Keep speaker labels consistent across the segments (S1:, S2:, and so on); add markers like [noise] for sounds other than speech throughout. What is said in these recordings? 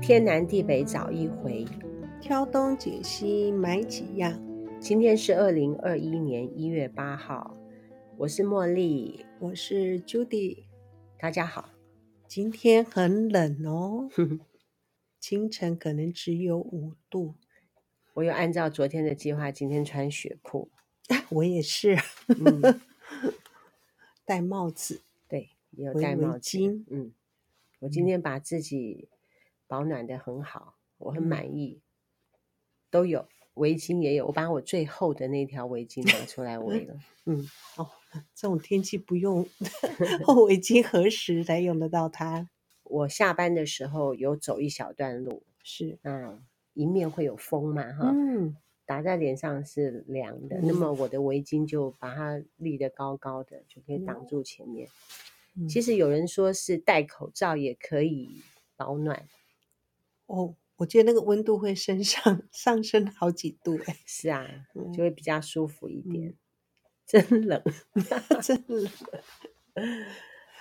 S1: 天南地北找一回。
S2: 挑东拣西买几样。
S1: 今天是二零二一年一月八号，我是茉莉，
S2: 我是 Judy，
S1: 大家
S2: [laughs]
S1: 好。
S2: 今天很冷哦，清晨可能只有五度。 [laughs]
S1: 我有按照昨天的计划，今天穿雪
S2: [laughs]
S1: 裤。
S2: 我也是，
S1: 嗯，
S2: 戴帽子。
S1: 对，也有
S2: 围
S1: 戴
S2: 围
S1: 帽子
S2: 巾。
S1: 嗯，我今天把自己保暖的很好，我
S2: 嗯
S1: 很满意。都有围巾也有，我把我最厚的那条围巾拿出来
S2: [laughs]
S1: 围了。
S2: 嗯，哦，这种天气不 [laughs] 用后围巾，何时才用得到它？
S1: 我下班的时候有走一小段路，
S2: 是，
S1: 那一面会有风嘛，哈，
S2: 嗯，
S1: 打在脸上是凉的，那
S2: 嗯
S1: 么我的围巾就把它立得高高的，就可以挡
S2: 嗯
S1: 住前面。
S2: 嗯
S1: 其实有人说是戴口罩也可以保暖，
S2: 哦，我觉得那个温度会升上 [laughs] 上升好几度、哎，
S1: 是啊，
S2: 嗯
S1: 就会比较舒服一点
S2: 嗯。
S1: [laughs] 真
S2: [laughs]
S1: 冷，
S2: 真的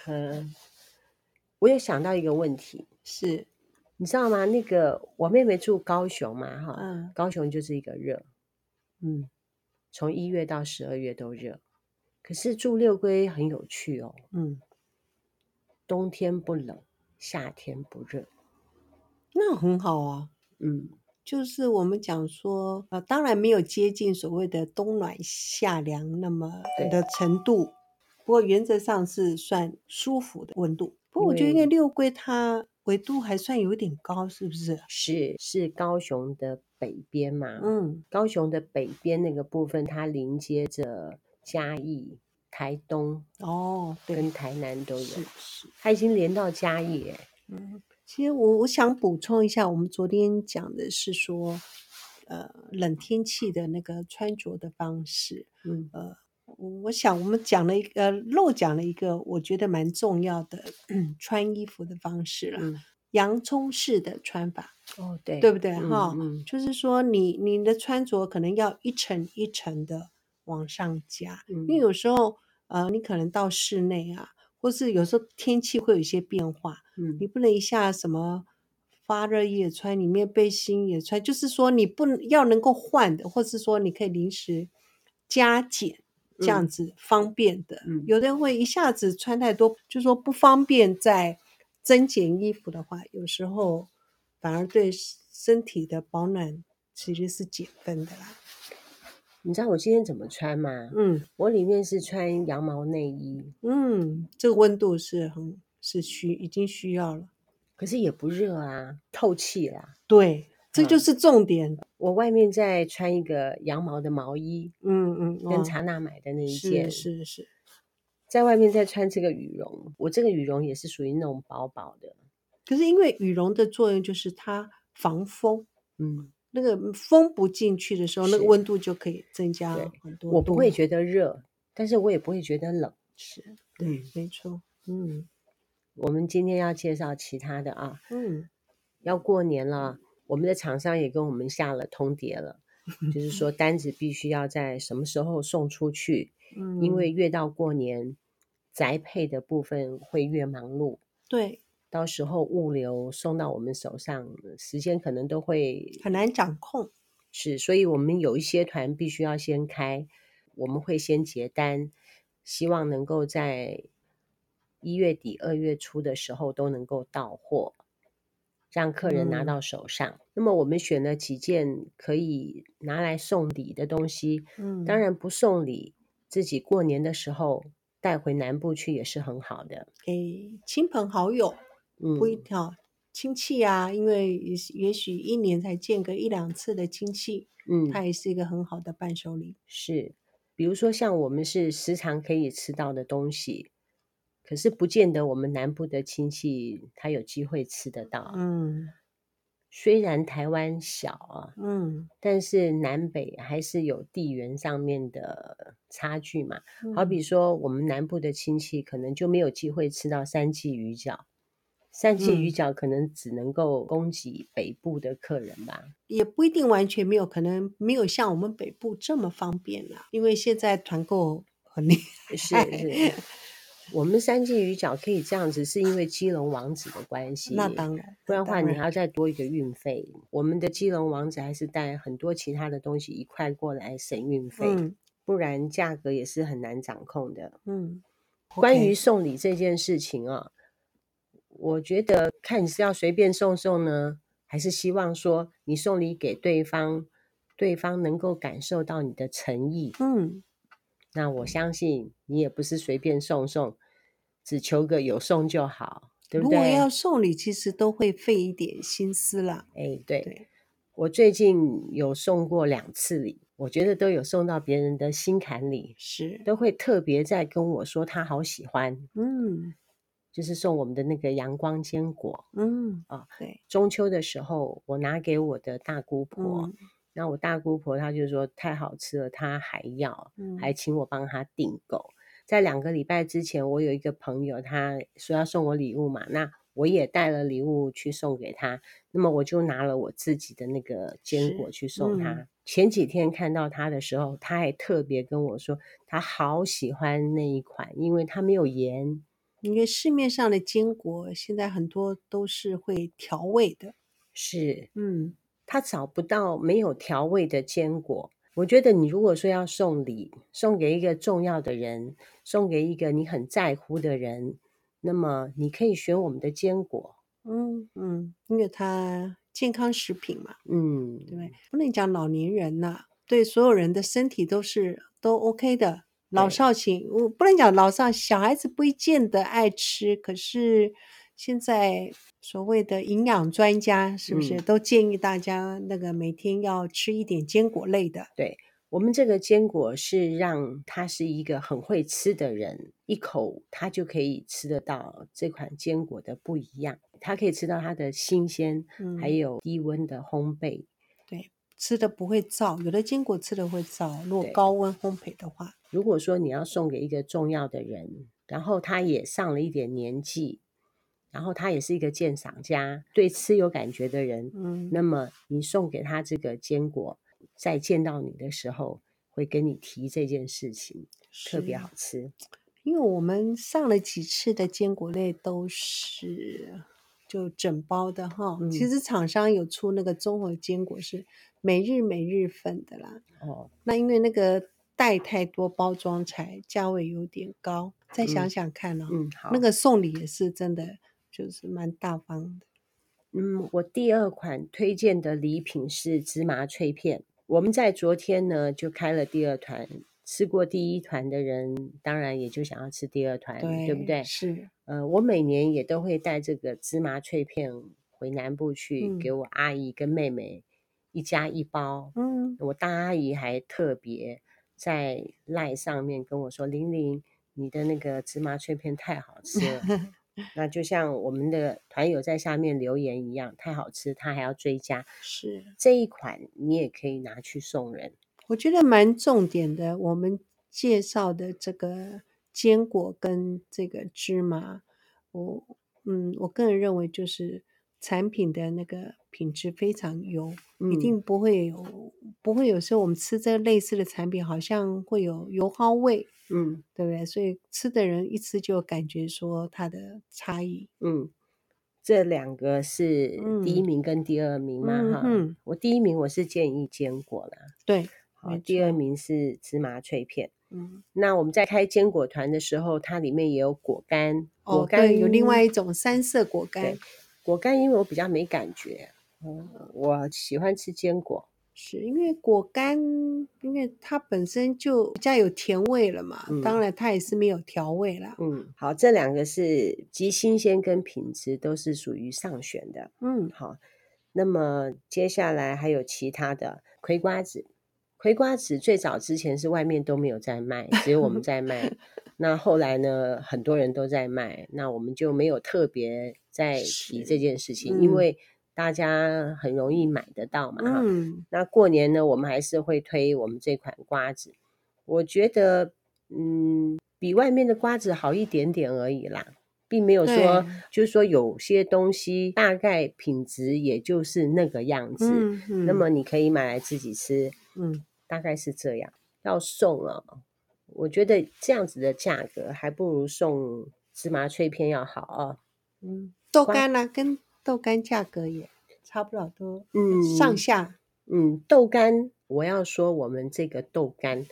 S1: 嗯，我有想到一个问题，
S2: 是，
S1: 你知道吗？那个我妹妹住高雄嘛，哈，
S2: 嗯
S1: 高雄就是一个热，
S2: 嗯
S1: 从一月到十二月都热。可是住六龟很有趣哦，
S2: 嗯，
S1: 冬天不冷，夏天不热。
S2: 那很好啊。
S1: 嗯，
S2: 就是我们讲说，呃，当然没有接近所谓的冬暖夏凉那么
S1: 对
S2: 的程度，不过原则上是算舒服的温度。不过我觉得因
S1: 对
S2: 为六龟它纬度还算有点高，是不是？
S1: 是是高雄的北边嘛，
S2: 嗯
S1: 高雄的北边那个部分，它临接着嘉义、台东
S2: 哦，对
S1: 跟，台南都有
S2: 是，是，
S1: 它已经连到嘉义耶。
S2: 嗯，其实我我想补充一下，我们昨天讲的是说，呃，冷天气的那个穿着的方式，
S1: 嗯
S2: 我我想我们讲了一个呃漏讲了一个，我觉得蛮重要的穿衣服的方式了，
S1: 嗯，
S2: 洋葱式的穿法，
S1: 哦对，
S2: 对不对
S1: 嗯
S2: 哈？
S1: 嗯
S2: 就是说你你的穿着可能要一层一层的往上加，因为
S1: 嗯
S2: 有时候呃你可能到室内啊，或是有时候天气会有一些变化，
S1: 嗯
S2: 你不能一下什么。发热也穿，里面背心也穿，就是说你不能要能够换的，或是说你可以临时加减，这样
S1: 嗯
S2: 子方便的。
S1: 嗯
S2: 有的人会一下子穿太多，就说不方便再增减衣服的话，有时候反而对身体的保暖其实是减分的啦。
S1: 你知道我今天怎么穿吗？
S2: 嗯
S1: 我里面是穿羊毛内衣，
S2: 嗯，这个温度是很是需已经需要了。
S1: 可是也不热啊，透气啦。
S2: 对，这就
S1: 嗯
S2: 是重点。
S1: 我外面再穿一个羊毛的毛衣，
S2: 嗯嗯，
S1: 跟
S2: 哦
S1: 茶娜买的那一件，
S2: 是是是，
S1: 在外面再穿这个羽绒，我这个羽绒也是属于那种薄薄的，
S2: 可是因为羽绒的作用就是它防风。
S1: 嗯，
S2: 那个风不进去的时候，那个
S1: 是
S2: 温度就可以增加
S1: 对
S2: 很多度。
S1: 我不会觉得热，但是我也不会觉得冷。
S2: 是，
S1: 嗯，
S2: 没错。嗯，
S1: 我们今天要介绍其他的啊，
S2: 嗯，
S1: 要过年了，我们的厂商也跟我们下了通牒了，就是说单子必须要在什么时候送出去，因
S2: 因
S1: 为越到过年，宅配的部分会越忙碌，
S2: 对
S1: 到时候物流送到我们手上，时间可能都会
S2: 很难掌控，
S1: 是，所以我们有一些团必须要先开，我们会先结单，希望能够在一月底、二月初的时候都能够到货，让客人拿
S2: 嗯
S1: 到手上。那么我们选了几件可以拿来送礼的东西，
S2: 嗯，
S1: 当然不送礼，自己过年的时候带回南部去也是很好的。
S2: 给亲朋好友
S1: 嗯，
S2: 不一定要亲戚啊，因为也许也许一年才见个一两次的亲戚，
S1: 嗯，
S2: 它也是一个很好的伴手礼。
S1: 是，比如说像我们是时常可以吃到的东西，可是不见得我们南部的亲戚他有机会吃得到。
S2: 嗯
S1: 虽然台湾小啊，
S2: 嗯，
S1: 但是南北还是有地缘上面的差距嘛。好比
S2: 嗯
S1: 说，我们南部的亲戚可能就没有机会吃到三季鱼饺，三季鱼
S2: 嗯
S1: 饺可能只能够供给北部的客人吧。
S2: 也不一定完全没有，可能没有像我们北部这么方便啦、因为现在团购很厉害。 [laughs]
S1: 是是，我们三季鱼饺可以这样子，是因为基隆王子的关系。
S2: 那当然，
S1: 不然的话，
S2: 当
S1: 你还要再多一个运费。我们的基隆王子还是带很多其他的东西一块过来省运费，
S2: 嗯
S1: 不然价格也是很难掌控的。
S2: 嗯，
S1: 关于
S2: OK
S1: 送礼这件事情啊，我觉得看你是要随便送送呢，还是希望说你送礼给对方，对方能够感受到你的诚意。
S2: 嗯
S1: 那我相信你也不是随便送送，只求个有送就好，对
S2: 如
S1: 不
S2: 果
S1: 对？
S2: 要送礼，其实都会费一点心思啦。
S1: 哎，对，
S2: 对
S1: 我最近有送过两次礼，我觉得都有送到别人的心坎里，
S2: 是，
S1: 都会特别在跟我说他好喜欢，
S2: 嗯
S1: 就是送我们的那个阳光坚果。
S2: 嗯
S1: 啊，
S2: 对，
S1: 中秋的时候，我拿给我的大姑婆，
S2: 嗯
S1: 那我大姑婆她就说太好吃了，她还要，
S2: 嗯，
S1: 还请我帮她订购。在两个礼拜之前，我有一个朋友，他说要送我礼物嘛，那我也带了礼物去送给他，那么我就拿了我自己的那个
S2: 是
S1: 坚果去送他。
S2: 嗯
S1: 前几天看到他的时候，他还特别跟我说，他好喜欢那一款，因为它没有盐，
S2: 因为市面上的坚果现在很多都是会调味的，
S1: 是
S2: 嗯
S1: 他找不到没有调味的坚果。我觉得你如果说要送礼，送给一个重要的人，送给一个你很在乎的人，那么你可以选我们的坚果，
S2: 嗯嗯，因为它健康食品嘛，
S1: 嗯，
S2: 对不对？不能讲老年人呐、对所有人的身体都是都 OK 的。老
S1: 对
S2: 少情，我不能讲老少，小孩子不一见得爱吃，可是现在所谓的营养专家是不是、
S1: 嗯
S2: 都建议大家那个每天要吃一点坚果类的？
S1: 我们这个坚果是让他是一个很会吃的人，一口他就可以吃得到这款坚果的不一样，他可以吃到它的新鲜，
S2: 嗯，
S1: 还有低温的烘焙，
S2: 吃的不会燥，有的坚果吃的会燥，如果
S1: 对
S2: 高温烘焙的话，
S1: 如果说你要送给一个重要的人，然后他也上了一点年纪，然后他也是一个鉴赏家，对吃有感觉的人，
S2: 嗯，
S1: 那么你送给他这个坚果，在见到你的时候会跟你提这件事情，特别
S2: 是
S1: 好。吃。
S2: 因为我们上了几次的坚果类都是就整包的哈，
S1: 嗯
S2: 其实厂商有出那个综合坚果是每日每日份的啦。
S1: 哦，
S2: 那因为那个带太多包装材，价位有点高，再想
S1: 嗯
S2: 想看哦，
S1: 嗯，好，
S2: 那个送礼也是真的就是蛮大方的。
S1: 嗯，我第二款推荐的礼品是芝麻脆片。我们在昨天呢就开了第二团，吃过第一团的人当然也就想要吃第二团，对不对？
S2: 是，
S1: 呃，我每年也都会带这个芝麻脆片回南部去，
S2: 嗯
S1: 给我阿姨跟妹妹一家一包。
S2: 嗯
S1: 我大阿姨还特别在赖上面跟我说：“玲玲，你的那个芝麻脆片太好吃
S2: [laughs]
S1: 了。”那就像我们的团友在下面留言一样，太好吃，他还要追加
S2: 是。
S1: 这一款，你也可以拿去送人。
S2: 我觉得蛮重点的。我们介绍的这个坚果跟这个芝麻，我嗯，我个人认为就是产品的那个品质非常优，一
S1: 嗯
S2: 定不会有不会有时候我们吃这类似的产品好像会有油耗味，
S1: 嗯
S2: 对不对？所以吃的人一吃就感觉说它的差异。
S1: 嗯，这两个是第一
S2: 嗯
S1: 名跟第二名嘛，
S2: 嗯
S1: 哈、
S2: 哼
S1: 我第一名我是建议坚果啦，
S2: 对，
S1: 好，
S2: 没
S1: 第二
S2: 错
S1: 名是芝麻脆片。
S2: 嗯，
S1: 那我们在开坚果团的时候，它里面也有果干，果
S2: 哦，
S1: 干
S2: 对，有另外一种三色果干
S1: 对。果干，因为我比较没感觉，嗯，我喜欢吃坚果，
S2: 是因为果干，因为它本身就比较有甜味了嘛，
S1: 嗯
S2: 当然它也是没有调味啦。
S1: 嗯，好，这两个是极新鲜跟品质都是属于上选的，
S2: 嗯，
S1: 好，那么接下来还有其他的葵瓜子，葵瓜子最早之前是外面都没有在卖，只有我们在
S2: [laughs]
S1: 卖。那后来呢，很多人都在卖，那我们就没有特别在提这
S2: 是
S1: 件事情，因
S2: 嗯
S1: 为大家很容易买得到嘛。哈
S2: [laughs] 嗯，
S1: 那过年呢，我们还是会推我们这款瓜子，我觉得，嗯，比外面的瓜子好一点点而已啦。并没有说
S2: 对，
S1: 就是说有些东西大概品质也就是那个样子，
S2: 嗯嗯，
S1: 那么你可以买来自己吃，
S2: 嗯
S1: 大概是这样。要送啊，我觉得这样子的价格还不如送芝麻脆片要好啊。
S2: 嗯，豆干啦、跟豆干价格也差不了多，
S1: 嗯
S2: 上下
S1: 嗯，豆干，我要说我们这个豆干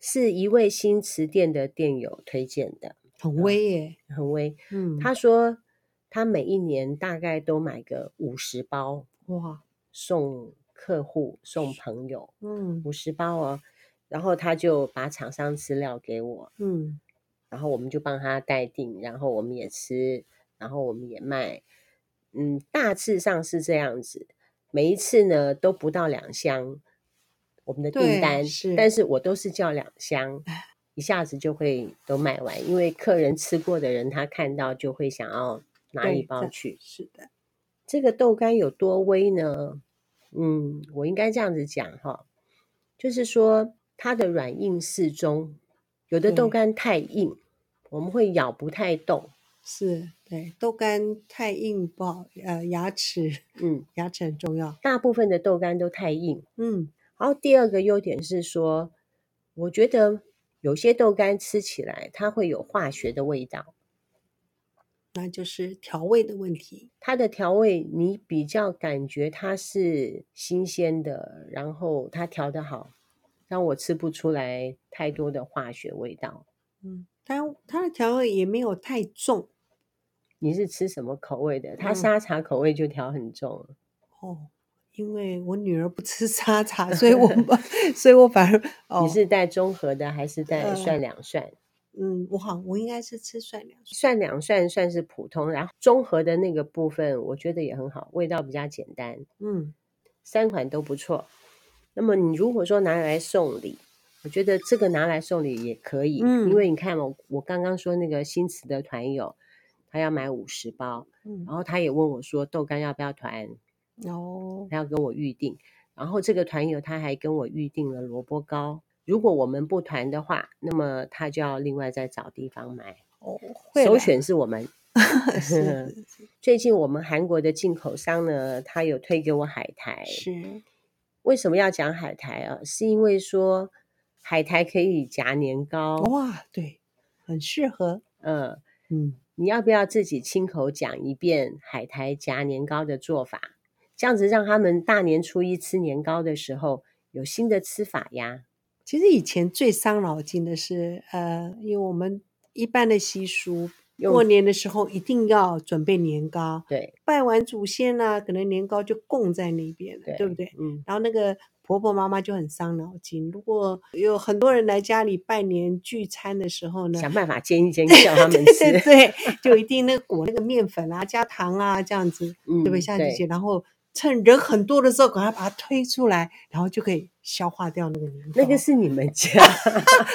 S1: 是一位新词店的店友推荐的，
S2: 很微耶。
S1: 很威。
S2: 嗯，
S1: 他说他每一年大概都买个五十包
S2: 哇，
S1: 送客户、送朋友，
S2: 嗯
S1: 五十包哦。然后他就把厂商资料给我，
S2: 嗯
S1: 然后我们就帮他代订，然后我们也吃，然后我们也卖，嗯，大致上是这样子。每一次呢都不到两箱，我们的
S2: 对
S1: 订单
S2: 是
S1: 但是我都是叫两箱，一下子就会都卖完，因为客人吃过的人他看到就会想要拿
S2: 对
S1: 一包
S2: 这
S1: 去。
S2: 是的，
S1: 这个豆干有多微呢？嗯，我应该这样子讲哈，就是说它的软硬适中，有的豆
S2: 对
S1: 干太硬，我们会咬不太动。
S2: 是对豆干太硬不好，呃，牙齿 [laughs]
S1: 嗯，
S2: 牙齿很重要。
S1: 大部分的豆干都太硬。
S2: 嗯，
S1: 然后第二个优点是说，我觉得有些豆干吃起来它会有化学的味道，
S2: 那就是调味的问题。
S1: 它的调味你比较感觉它是新鲜的，然后它调的好，让我吃不出来太多的化学味道。
S2: 嗯，它它的调味也没有太重
S1: 你是吃什么口味的？它
S2: 嗯
S1: 沙茶口味就调很重了，
S2: 哦，因为我女儿不吃 [laughs] 沙茶，所以我 [laughs] 所以我反而哦
S1: 你，是带中和的还是带
S2: 嗯
S1: 涮两涮？
S2: 嗯，我好，我应该是吃蒜凉水。
S1: 涮两涮算是普通，然后中和的那个部分我觉得也很好，味道比较简单。
S2: 嗯，
S1: 三款都不错。那么你如果说拿来送礼，我觉得这个拿来送礼也可以，
S2: 嗯
S1: 因为你看我我刚刚说那个新词的团友，他要买五十包，
S2: 嗯
S1: 然，后他也问我说豆干要不要团，
S2: 哦，
S1: 他要跟我预定，然后这个团友他还跟我预定了萝卜糕。如果我们不团的话，那么他就要另外再找地方买。
S2: 哦，会
S1: 首
S2: 啦
S1: 选是我们。
S2: [laughs] 是是是
S1: [laughs] 最近我们韩国的进口商呢，他有推给我海苔，
S2: 是，
S1: 为什么要讲海苔啊？是因为说海苔可以夹年糕，
S2: 哇，对，很适合。
S1: 嗯，
S2: 嗯，
S1: 你要不要自己亲口讲一遍海苔夹年糕的做法？这样子让他们大年初一吃年糕的时候有新的吃法呀。
S2: 其实以前最伤脑筋的是，呃，因为我们一般的习俗，
S1: 用
S2: 过年的时候一定要准备年糕，
S1: 对
S2: 拜完祖先啦、可能年糕就供在那边了，
S1: 对
S2: 对不对？
S1: 嗯，
S2: 然后那个婆婆妈妈就很伤脑筋。如果有很多人来家里拜年聚餐的时候呢，
S1: 想办法煎一煎叫他们吃，
S2: 对对对，就一定那个裹那个面粉啊，加糖啊这样子，
S1: 嗯，
S2: 对不对？下去然后趁人很多的时候，赶快把它推出来，然后就可以消化掉那个年糕。
S1: 那个是你们家，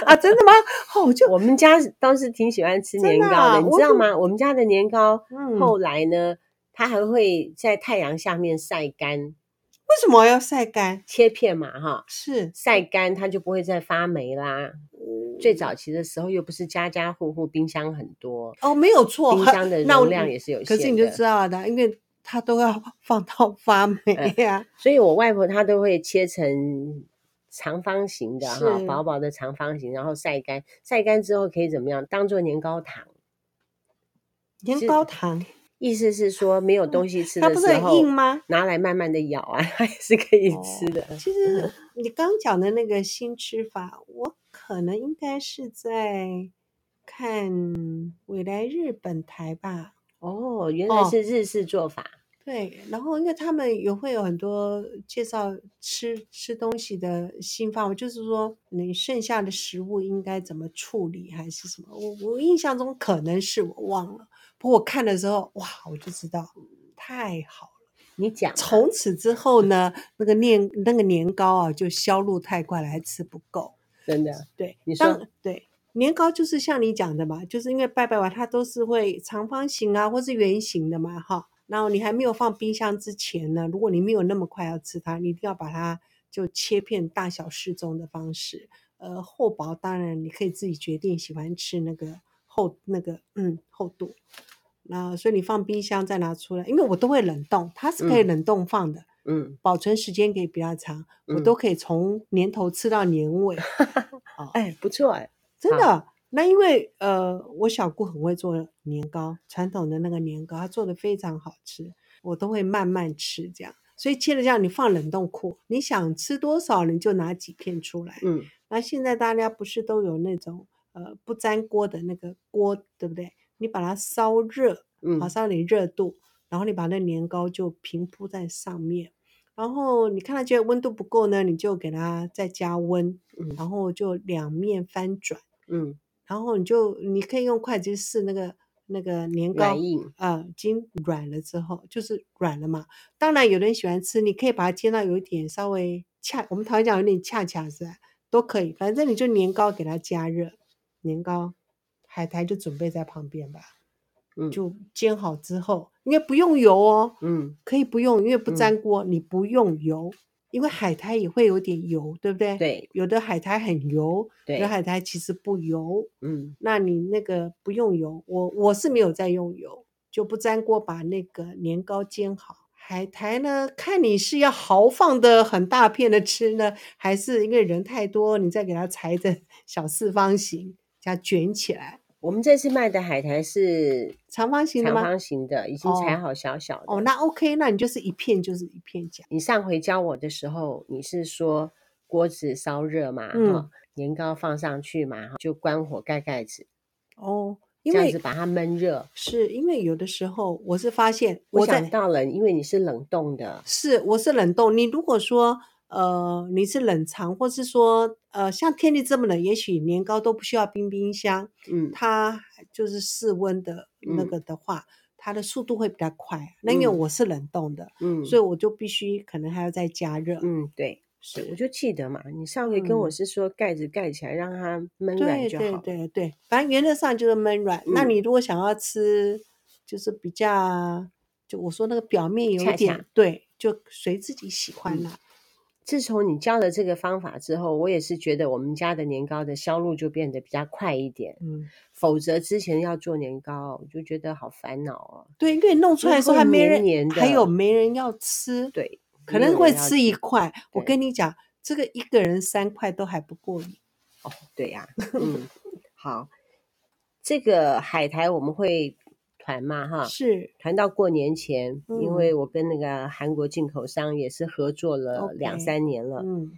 S2: 啊，真的吗？哦，
S1: [laughs]
S2: 我就
S1: 我们家倒是挺喜欢吃
S2: 真的
S1: 年糕
S2: 啊
S1: 的，你
S2: 我
S1: 知道
S2: 怎
S1: 吗？我们家的年糕
S2: 嗯
S1: 后来呢，它还会在太阳下面晒干，
S2: 为什么要晒干？
S1: 切片嘛，哈，
S2: 是
S1: 晒干它就不会再发霉啦。最早期的时候又不是家家户户冰箱很多，
S2: 哦，没有错，
S1: 冰箱的
S2: 那我
S1: 容量也是有限的。
S2: 可是你就知道的，因为它都要 [laughs] 放到发霉
S1: 嗯
S2: 呀、
S1: 所以我外婆她都会切成长方形的哈，
S2: 是
S1: 薄薄的长方形，然后晒干，晒干之后可以怎么样？当做年糕糖。
S2: 年糕糖，
S1: 意思是说，没有东西吃
S2: 它
S1: 的
S2: 不是
S1: 时
S2: 很
S1: 候
S2: 硬，吗？
S1: 拿来慢慢的咬啊， [laughs] 它也是可以吃的。
S2: 其实你刚讲的那个新吃法，我可能应该是在看未来日本台吧。
S1: 哦，原来
S2: 哦
S1: 是日式做法。
S2: 对，然后因为他们也会有很多介绍吃吃东西的新方法，就是说你剩下的食物应该怎么处理，还是什么？我我印象中可能是我忘了，不过我看的时候，哇，我就知道太好了。
S1: 你讲啊
S2: 从此之后呢，那个年那个年糕啊，就销路太快了，还吃不够。
S1: 真的，
S2: 对，
S1: 你
S2: 当
S1: 说
S2: 对年糕就是像你讲的嘛，就是因为拜拜完它都是会长方形啊，或是圆形的嘛，哈。然后你还没有放冰箱之前呢，如果你没有那么快要吃它，你一定要把它就切片大小适中的方式。呃，厚薄当然你可以自己决定喜欢吃那个厚那个嗯厚度。那所以你放冰箱再拿出来，因为我都会冷冻，它是可以
S1: 嗯
S2: 冷冻放的，
S1: 嗯，
S2: 保存时间可以比较长，我都可以从年头吃到年尾。哦，
S1: 哎，不错哎，
S2: 真的。那因为呃，我小姑很会做年糕，传统的那个年糕，她做的非常好吃，我都会慢慢吃这样。所以切了这样，你放冷冻库，你想吃多少你就拿几片出来。
S1: 嗯，
S2: 那现在大家不是都有那种呃不粘锅的那个锅，对不对？你把它烧热，
S1: 嗯
S2: 好烧点热度，然后你把那年糕就平铺在上面，然后你看它觉得温度不够呢，你就给它再加温，
S1: 嗯
S2: 然后就两面翻转，
S1: 嗯，
S2: 然后你就你可以用筷子去试那个那个年糕
S1: 软，硬，
S2: 呃，已经软了之后就是软了嘛。当然有人喜欢吃，你可以把它煎到有一点稍微恰，我们台湾讲有点恰恰是吧都可以，反正你就年糕给它加热，年糕海苔就准备在旁边吧，
S1: 嗯
S2: 就煎好之后，应该不用油哦，
S1: 嗯
S2: 可以不用，因为不
S1: 嗯
S2: 粘锅，你不用油，因为海苔也会有点油，对不对？，
S1: 对
S2: 有的海苔很油，有
S1: 对
S2: 的，海苔其实不油。
S1: 嗯
S2: 那你那个不用油，我我是没有在用油，就不粘锅把那个年糕煎好。海苔呢，看你是要豪放的很大片的吃呢，还是因为人太多，你再给它裁成 [laughs] 小四方形，这样卷起来，
S1: 我们这次卖的海苔是
S2: 长方形的
S1: 长
S2: 吗？
S1: 方形的，已经裁
S2: 哦
S1: 好小小的。
S2: 哦，那 OK，那你就是一片就是一片夹。
S1: 你上回教我的时候，你是说锅子烧热嘛，哈、
S2: 嗯
S1: 年糕放上去嘛，哈就关火盖盖子，
S2: 哦，因
S1: 这样
S2: 为
S1: 子把它焖热。
S2: 是因为有的时候我是发现
S1: 我
S2: 我
S1: 想
S2: 在
S1: 到了，因为你是冷冻的，
S2: 是我是冷冻，你如果说呃你是冷藏，或是说呃像天气这么冷，也许年糕都不需要冰冰箱，
S1: 嗯
S2: 它就是室温的那
S1: 嗯
S2: 个的话，它的速度会比较快。那因为
S1: 嗯
S2: 我是冷冻的，
S1: 嗯，
S2: 所以我就必须可能还要再加热。
S1: 嗯对，对我
S2: 是，
S1: 就记得嘛，你上回跟我
S2: 嗯
S1: 是说盖子盖起来让它焖软
S2: 对
S1: 就
S2: 对
S1: 好了。
S2: 对对，反正原则上就是焖软。那
S1: 嗯
S2: 你如果想要吃，就是比较，就我说那个表面有
S1: 恰恰
S2: 一点，对，就随自己喜欢
S1: 嗯
S2: 啦、
S1: 自从你教了这个方法之后，我也是觉得我们家的年糕的销路就变得比较快一点，
S2: 嗯，
S1: 否则之前要做年糕，我就觉得好烦恼哦。
S2: 对，因为弄出
S1: 因为
S2: 来的时候
S1: 会
S2: 还没
S1: 黏
S2: 人，
S1: 黏
S2: 还有
S1: 的
S2: 没人要吃，
S1: 对，
S2: 可
S1: 没
S2: 能
S1: 有
S2: 会
S1: 人要
S2: 吃一
S1: 吃
S2: 块。我
S1: 对
S2: 跟你讲，这个一个人三块都还不过瘾。
S1: 哦，对呀、嗯，好，这个海苔我们会团嘛哈，
S2: 是
S1: 团到过年前，因为
S2: 嗯
S1: 我跟那个韩国进口商也是合作了两
S2: OK，
S1: 三年了。
S2: 嗯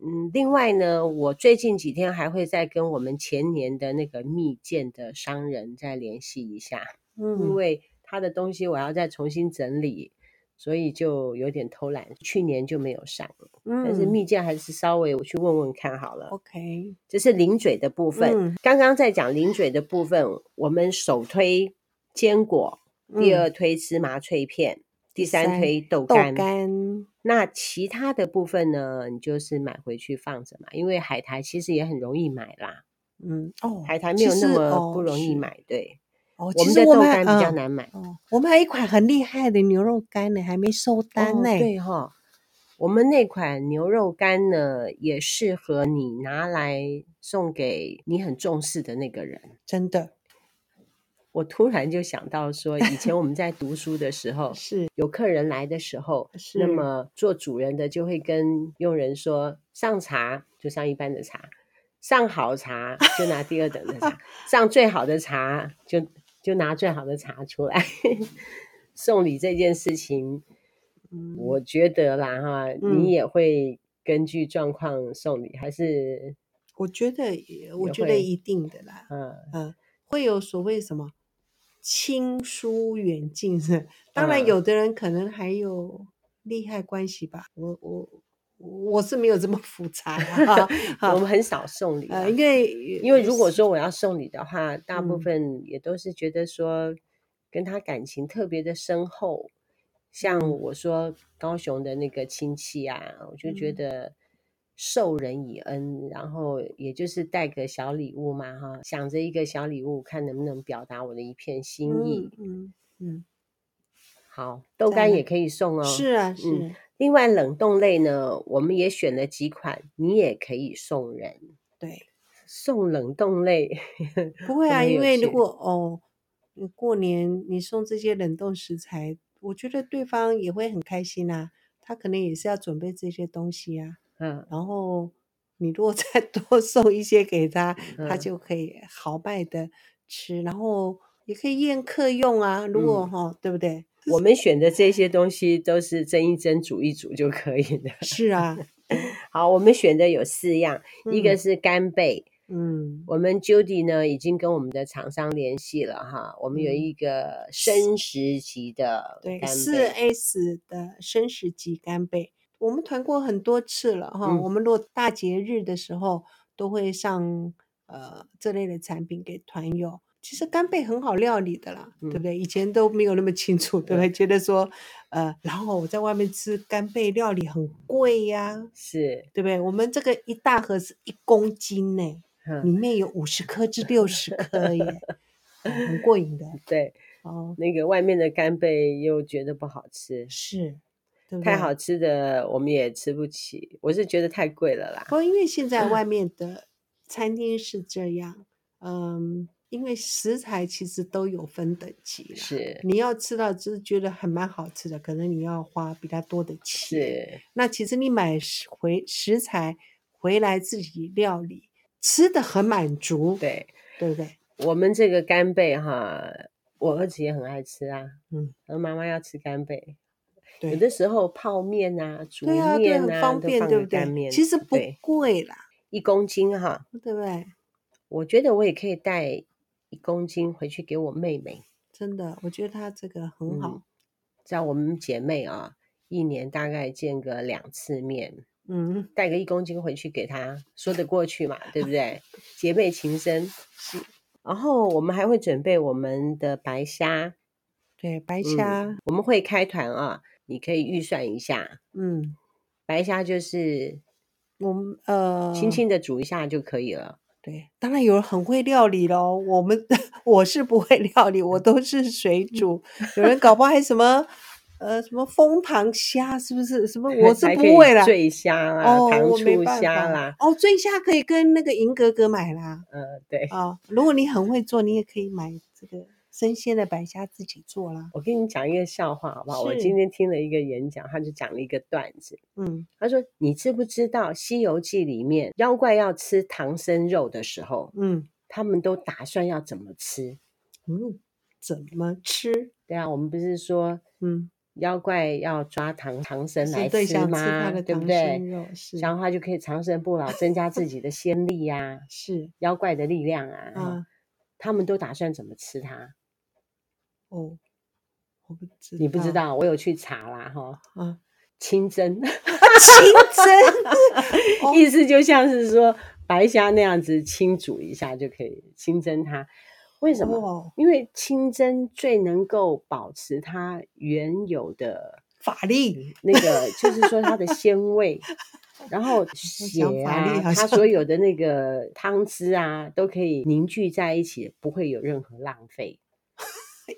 S1: 嗯，另外呢，我最近几天还会再跟我们前年的那个蜜饯的商人再联系一下，因
S2: 嗯
S1: 为他的东西我要再重新整理，所以就有点偷懒，去年就没有上了。但是
S2: 嗯
S1: 蜜饯还是稍微我去问问看好了。
S2: ，OK，
S1: 这是零嘴的部分。
S2: 嗯
S1: 刚刚在讲零嘴的部分，我们首推坚果，第
S2: 嗯，
S1: 二推芝麻脆片，第
S2: 第
S1: 三
S2: 三
S1: 推豆
S2: 豆
S1: 干。
S2: 干，
S1: 那其他的部分呢，你就是买回去放着嘛，因为海苔其实也很容易买啦，
S2: 嗯哦，
S1: 海苔没
S2: 其
S1: 有那
S2: 实
S1: 么不
S2: 哦
S1: 容易
S2: 是
S1: 买。对，
S2: 哦，
S1: 我
S2: 其
S1: 们
S2: 实
S1: 的
S2: 我
S1: 豆
S2: 们还
S1: 干比较
S2: 嗯
S1: 难买。
S2: 哦，我们还有一款很厉害的牛肉干呢，还没收单
S1: 哦
S2: 呢。，
S1: 对哈、我们那款牛肉干呢，也适合你拿来送给你很重视的那个人。
S2: 真的
S1: 我突然就想到说，以前我们在读书的时候，
S2: 是
S1: 有客人来的时候，哦那
S2: 是
S1: 么做主人的就会跟佣人说，上茶就上一般的茶，上好茶就拿第二等的茶，上最好的茶就就拿最好的茶出来。 [laughs] 送礼这件事情，
S2: 嗯
S1: 我觉得啦哈，你
S2: 嗯，
S1: 也会根据状况送礼，还是
S2: 我觉得也我
S1: 也
S2: 觉得
S1: 会
S2: 一定的啦，
S1: 嗯
S2: 嗯，会有所谓什么亲疏远近是，当然
S1: 嗯
S2: 有的人可能还有利害关系吧，我我我是没有这么复杂
S1: [laughs]
S2: 啦，
S1: 我
S2: 哈，
S1: 们很少送礼
S2: 呃，
S1: 啦。
S2: 因为
S1: 因为如果说我要送礼的话，大部
S2: 嗯
S1: 分也都是觉得说跟他感情特别的深厚。像
S2: 嗯
S1: 我说高雄的那个亲戚啊，我就觉
S2: 嗯
S1: 得授人以恩，然后也就是带个小礼物嘛，哈，想着一个小礼物，看能不能表达我的一片心
S2: 嗯
S1: 意。
S2: 嗯嗯，
S1: 好，豆
S2: 再
S1: 干也
S2: 来，
S1: 可以送哦。
S2: 是啊
S1: 嗯，
S2: 是，
S1: 另外冷冻类呢，我们也选了几款，你也可以送人。
S2: 对。
S1: 送冷冻类 [laughs]
S2: 不
S1: 会不
S2: 会啊，
S1: 会
S2: 因
S1: 有
S2: 为如
S1: 趣？
S2: 果哦，你过年你送这些冷冻食材，我觉得对方也会很开心啊。他可能也是要准备这些东西啊，
S1: 嗯
S2: 然后你如果再 [laughs] 多送一些给他，他
S1: 嗯
S2: 就可以豪迈的吃，然后也可以宴客用啊。如果
S1: 嗯
S2: 哈、对不对？
S1: 我们选的这些东西都是蒸一蒸、煮一煮就可以的。 [laughs]
S2: 是 [laughs] 啊，
S1: 好，我们选的有四样，一个
S2: 嗯
S1: 是干贝，
S2: 嗯
S1: 我们 Judy 呢已经跟我们的厂商联系了哈，我们有
S2: 嗯
S1: 一个生食级的
S2: 对，
S1: 干
S2: 四
S1: 贝，
S2: S 的生食级干贝，我们团过很多次了哈。
S1: 嗯
S2: 我们如果大节日的时候都会上呃这类的产品给团友。其实干贝很好料理的啦，对
S1: 嗯
S2: 不对？以前都没有那么清楚，对不对？觉得说，呃，然后我在外面吃干贝料理很贵呀、
S1: 是，
S2: 对不对？我们这个一大盒是一公斤呢、里
S1: 嗯，
S2: 面有五十颗至六十
S1: [laughs]
S2: 颗耶，哦很过瘾的
S1: 对，
S2: 哦。
S1: 那个外面的干贝又觉得不好吃，
S2: 是，对不对？
S1: 太好吃的我们也吃不起，我是觉得太贵了啦
S2: 不。过哦因为现在
S1: 嗯
S2: 外面的餐厅是这样，嗯，因为食材其实都有分等级啦。
S1: 是
S2: 你要吃到就是觉得还蛮好吃的，可能你要花比较多的钱。
S1: 是，
S2: 那其实你买食回食材回来自己料理，吃的很满足，
S1: 对
S2: 对不对？
S1: 我们这个干贝哈，我儿子也很爱吃啊，
S2: 嗯，
S1: 然后妈妈要吃干贝，有
S2: 对。
S1: 的时候泡面啊、煮
S2: 对啊，对，
S1: 面
S2: 很
S1: 啊，
S2: 方
S1: 都
S2: 便，
S1: 放
S2: 对
S1: 个
S2: 不
S1: 干
S2: 对？
S1: 面，
S2: 其实不
S1: 对
S2: 贵啦，
S1: 一公斤哈，
S2: 对不对？
S1: 我觉得我也可以带一公斤回去给我妹妹，
S2: 真的，我觉得它这个很
S1: 嗯
S2: 好。
S1: 在我们姐妹啊，一年大概见个两次面，
S2: 嗯，
S1: 带个一公斤回去给她，说得过去嘛，对不对？姐妹情深。
S2: [laughs] 是，
S1: 然后我们还会准备我们的白虾，
S2: 对，白
S1: 嗯
S2: 虾，
S1: 我们会开团啊，你可以预算一下，
S2: 嗯
S1: 白虾就是
S2: 我们呃，
S1: 轻轻的煮一下就可以了。
S2: 对，当然有人很会料理喽。我们 [laughs] 我是不会料理，我都是水
S1: 嗯
S2: 煮。有人搞不好还什么呃什么蜂糖虾，是不是？什么哦
S1: [laughs]
S2: 我是
S1: 还
S2: 不
S1: 可以
S2: 会啦。
S1: 醉虾啦，
S2: 哦，
S1: 糖
S2: 我没
S1: 醋
S2: 办
S1: 虾
S2: 法
S1: 啦，。
S2: 哦，醉虾可以跟那个银格格买啦。
S1: 呃，对，
S2: 啊、如果你很会做，你也可以买这个生鲜的白虾自己做啦。
S1: 我跟你讲一个笑话好不好？我
S2: 是
S1: 今天听了一个演讲，他就讲了一个段子。
S2: 嗯，
S1: 他说：“你知不知道《西游记》里面妖怪要吃唐僧肉的时候，
S2: 嗯
S1: 他们都打算要怎么吃？
S2: 嗯，怎么吃？
S1: 对啊，我们不是说
S2: 嗯，
S1: 妖怪要抓唐唐僧
S2: 是
S1: 来
S2: 对
S1: 吃
S2: 象吃
S1: 吗？
S2: 他的
S1: 对不
S2: 唐
S1: 对
S2: 僧肉？是
S1: 然后他就可以长生不老，增加自己的仙力呀、
S2: 是
S1: 妖怪的力量啊。
S2: 啊。
S1: 他们都打算怎么吃它？
S2: 哦，我不知
S1: 你不知道，我有去查啦，哈，
S2: 啊？
S1: 清蒸，
S2: 清蒸哦
S1: 意思就像是说白虾那样子清煮一下就可以清蒸它。为什么？
S2: 哦
S1: 因为清蒸最能够保持它原有的
S2: 法力
S1: 那个，就是说它的鲜
S2: [laughs]
S1: 味，然后血
S2: 想法力
S1: 啊，
S2: 好
S1: 它
S2: 像
S1: 所有的那个汤汁啊，都可以凝聚在一起，不会有任何浪费。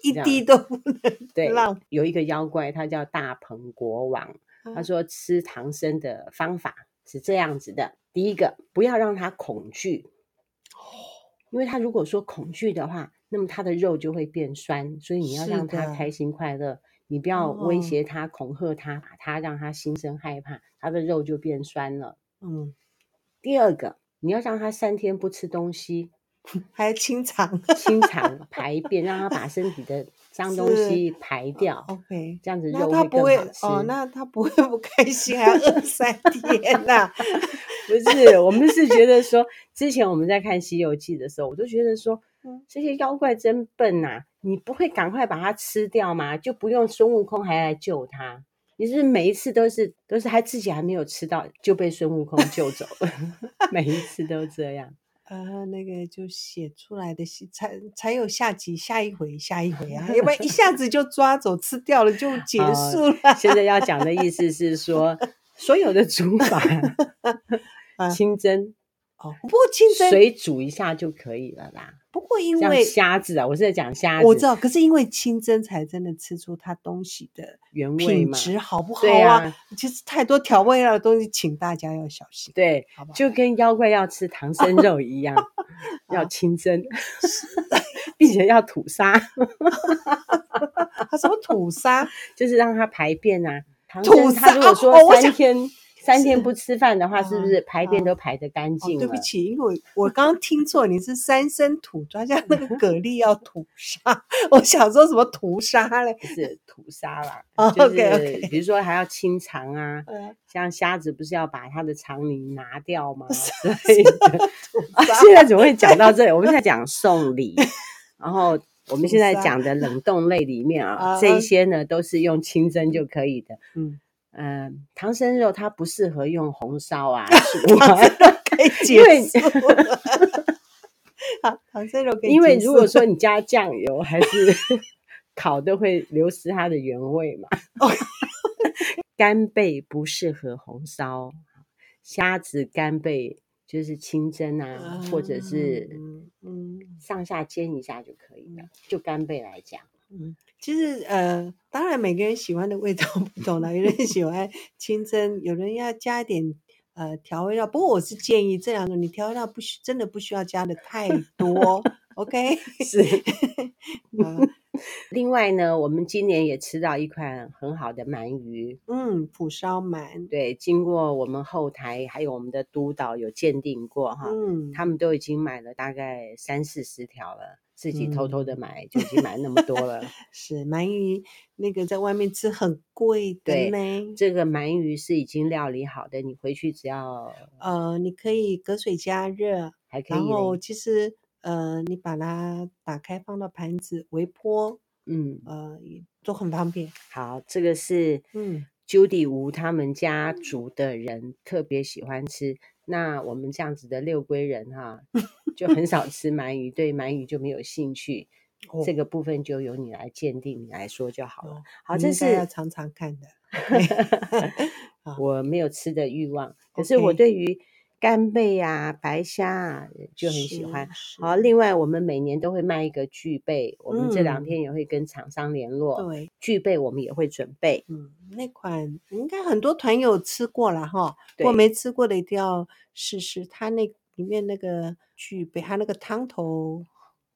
S2: 一
S1: 这样
S2: 滴都不能
S1: 对
S2: 浪。，
S1: 有一个妖怪，他叫大鹏国王，
S2: 嗯
S1: 他说吃唐僧的方法是这样子的：第一个，不要让他恐惧，因为他如果说恐惧的话，那么他的肉就会变酸，所以你要
S2: 是
S1: 让他
S2: 的
S1: 开心快乐，你不要威
S2: 哦
S1: 胁他、恐吓他，把他让他心生害怕，他的肉就变酸了。
S2: 嗯，
S1: 第二个，你要让他三天不吃东西，
S2: 还清肠。
S1: 清
S2: [laughs]
S1: 肠排便，让他把身体的脏东
S2: 是
S1: 西排掉。
S2: OK，
S1: 这样子
S2: 那
S1: 肉
S2: 他
S1: 会
S2: 不
S1: 更
S2: 会
S1: 好吃。
S2: 哦，那他不会不开
S1: [laughs]
S2: 心，还要饿三天呐？
S1: 不是，我们是觉得说，之前我们在看《西游记》的时候，我都觉得说
S2: 嗯，
S1: 这些妖怪真笨呐、你不会赶快把它吃掉吗？就不用孙悟空还来救他。你是不是每一次都是都是他自己还没有吃到就被孙悟空救走了， [laughs] 每一次都这样。
S2: 呃，那个就写出来的戏才才有下集，下一回，下一回
S1: [laughs]
S2: 啊，要不然一下子就抓走吃掉了就结
S1: 哦
S2: 束了。
S1: 现在要讲的意思是说，所有的煮法
S2: 啊，
S1: [laughs] 清蒸、
S2: 哦，不过清蒸，
S1: 水煮一下就可以了啦。
S2: 不过因
S1: 像
S2: 为
S1: 虾子啊，我是在讲虾子，
S2: 我知道，可是因为清蒸才真的吃出它东西的
S1: 原味
S2: 品
S1: 嘛。
S2: 质好不好
S1: 对
S2: 啊？
S1: 啊
S2: 其实太多调味料的东西，请大家要小心，
S1: 对，
S2: 好不好？
S1: 就跟妖怪要吃唐僧肉一
S2: [laughs]
S1: 样，要清蒸， [laughs] 并且要吐沙，
S2: [laughs] 它什么吐沙，
S1: [laughs]
S2: 哦
S1: 就是让它排便啊。唐
S2: 吐
S1: 僧他
S2: 沙
S1: 如果
S2: 哦
S1: 说
S2: 我
S1: 三
S2: 想啊
S1: 天、三天不吃饭的话，是不是排便都排得干
S2: 哦
S1: 净
S2: 对
S1: 了？
S2: 不起，因为我我刚刚听错，你是三生土抓，像
S1: [laughs]
S2: 那个蛤蜊要屠杀，我想说什么屠杀嘞？
S1: 不是屠杀
S2: [laughs]
S1: 啦 [laughs]
S2: 哦，
S1: 就是
S2: [laughs] OK，OK
S1: 比如说还要清肠啊，
S2: 呃，
S1: 像虾子不是要把它的肠泥拿掉吗？所以啊，现在怎么会讲到这里？我们在讲送礼，然后我们现在
S2: 屠杀
S1: 讲的冷冻类里面啊，
S2: 啊
S1: 这一些呢都是用清蒸就可以的。
S2: 嗯，
S1: 嗯，唐僧肉它不适合用红烧啊，煮啊
S2: 可以
S1: 因为
S2: 结束了。 [laughs] 好，唐僧肉可以结束了。
S1: 因为如果说你加酱油还是 [laughs] 烤的，会流失它的原味嘛。
S2: 哦
S1: [laughs] 干贝不适合红烧，虾子干贝就是清蒸啊，或者是
S2: 嗯嗯
S1: 上下煎一下就可以了。就干贝来
S2: [laughs]
S1: 讲，
S2: 嗯，其实呃，当然每个人喜欢的味道不同了，有人喜欢清蒸，有人要加一点呃调味料。不过我是建议这两种，你调味料不需真的不需要加的太多
S1: [laughs]
S2: ，OK？
S1: 是嗯
S2: 呃
S1: 另外呢，我们今年也吃到一款很好的鳗鱼，
S2: 嗯，蒲烧鳗，
S1: 对，经过我们后台还有我们的督导有鉴定过哈，
S2: 嗯，
S1: 他们都已经买了大概三四十条了，自己偷偷
S2: 嗯
S1: 的买、就已经买那么多了。
S2: 是鳗鱼那个在外面吃很贵
S1: 对
S2: 的呢。
S1: 这个鳗鱼是已经料理好的，你回去只要
S2: 呃，你可以隔水加热，
S1: 还可以
S2: 然
S1: 嘞，
S2: 后其实呃，你把它打开放到盘子微波，
S1: 嗯，
S2: 呃，也都很方便。
S1: 好，这个是
S2: 嗯
S1: Judy 吴他们家族的人特别喜欢吃。那我们这样子的六龟人哈，就很少吃鳗鱼，对鳗鱼就没有兴趣。
S2: 哦
S1: 这个部分就由你来鉴定，你来说就好了。
S2: 哦
S1: 好，
S2: 你
S1: 这
S2: 应该
S1: 是
S2: 要常常看
S1: [laughs]
S2: 的。 [laughs]
S1: 我没有吃的欲望，可是我
S2: 啊 OK
S1: 对于干贝啊、白虾啊就很喜欢。
S2: 是。
S1: 好，
S2: 是
S1: 另外我们每年都会卖一个巨贝，我们这两
S2: 嗯
S1: 天也会跟厂商联络，
S2: 对，
S1: 巨贝我们也会准备。
S2: 嗯，那款应该很多团友吃过了哈，如果
S1: 对
S2: 没吃过的一定要试试。它那里面那个具备它那个汤头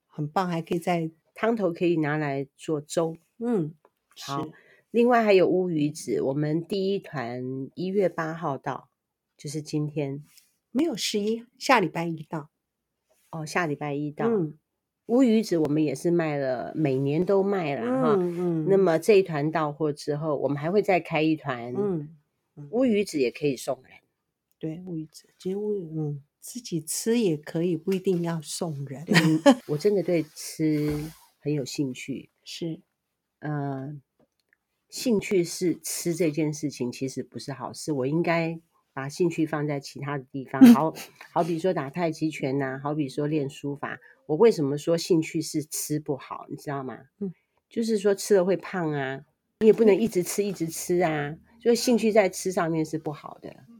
S2: 很棒，还可以再
S1: 汤头可以拿来做粥，
S2: 嗯，是
S1: 好另外还有乌鱼子，我们第一团一月八号到，就是今天
S2: 没有十一，下礼拜一到。
S1: 哦，下礼拜一到。
S2: 嗯
S1: 乌鱼子我们也是卖了，每年都卖了哈。
S2: 嗯
S1: 那么这一团到货之后，我们还会再开一团。
S2: 嗯，
S1: 乌鱼子也可以送哎人，
S2: 对，乌鱼子，其实乌鱼嗯自己吃也可以，不一定要送人。
S1: [laughs] 我真的对吃很有兴趣。
S2: 是，
S1: 呃，兴趣是吃这件事情，其实不是好事。我应该把兴趣放在其他的地方，好好比说打太极拳呐、好比说练书法。我为什么说兴趣是吃不好？你知道吗？
S2: 嗯，
S1: 就是说吃了会胖啊，你也不能一直吃一直吃啊。所以兴趣在吃上面是不好的。
S2: 嗯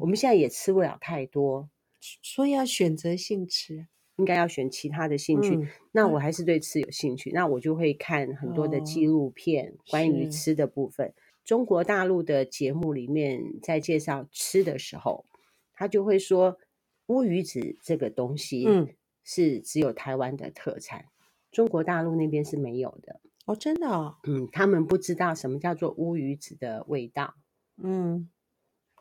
S1: 我们现在也吃不了太多，
S2: 所以要选择性吃。
S1: 应该要选其他的兴趣。
S2: 嗯
S1: 那
S2: 嗯
S1: 我还是对吃有兴趣，那我就会看很多的纪
S2: 哦
S1: 录片，关于
S2: 是
S1: 吃的部分。中国大陆的节目里面在介绍吃的时候，他就会说乌鱼子这个东西，
S2: 嗯，
S1: 是只有台湾的特产，中国大陆那边是没有的。
S2: 哦，真的哦，
S1: 嗯，他们不知道什么叫做乌鱼子的味道。
S2: 嗯，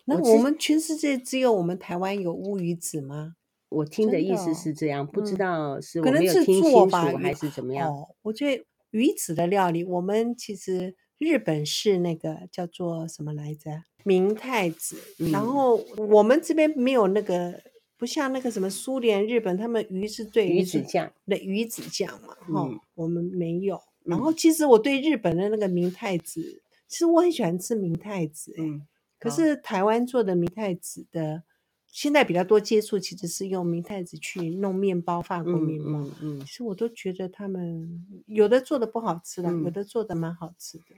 S2: 那
S1: 我
S2: 我
S1: 之
S2: 们全世界只有我们台湾有乌鱼子吗？
S1: 我听的
S2: 真的
S1: 意思
S2: 哦
S1: 是这样，不知
S2: 嗯
S1: 道是我
S2: 可能
S1: 没有
S2: 是
S1: 听
S2: 做
S1: 清楚
S2: 吧
S1: 还
S2: 有
S1: 是怎么样。
S2: 哦，我觉得鱼子的料理，我们其实日本是那个叫做什么来着？明太子。然
S1: 嗯
S2: 后我们这边没有那个，不像那个什么苏联、日本，他们鱼是对
S1: 鱼
S2: 是
S1: 子酱，
S2: 的鱼子酱嘛，哈、
S1: 嗯
S2: 我们没有。然
S1: 嗯
S2: 后其实我对日本的那个明太子，其实我很喜欢吃明太子、欸，
S1: 嗯，
S2: 可
S1: 好
S2: 是台湾做的明太子
S1: 嗯
S2: 的，现在比较多接触其实是用明太子去弄面包、法国面包。
S1: 嗯。嗯嗯
S2: 其实我都觉得他们有的做的不好吃了，有
S1: 嗯
S2: 的做的蛮好吃的。哦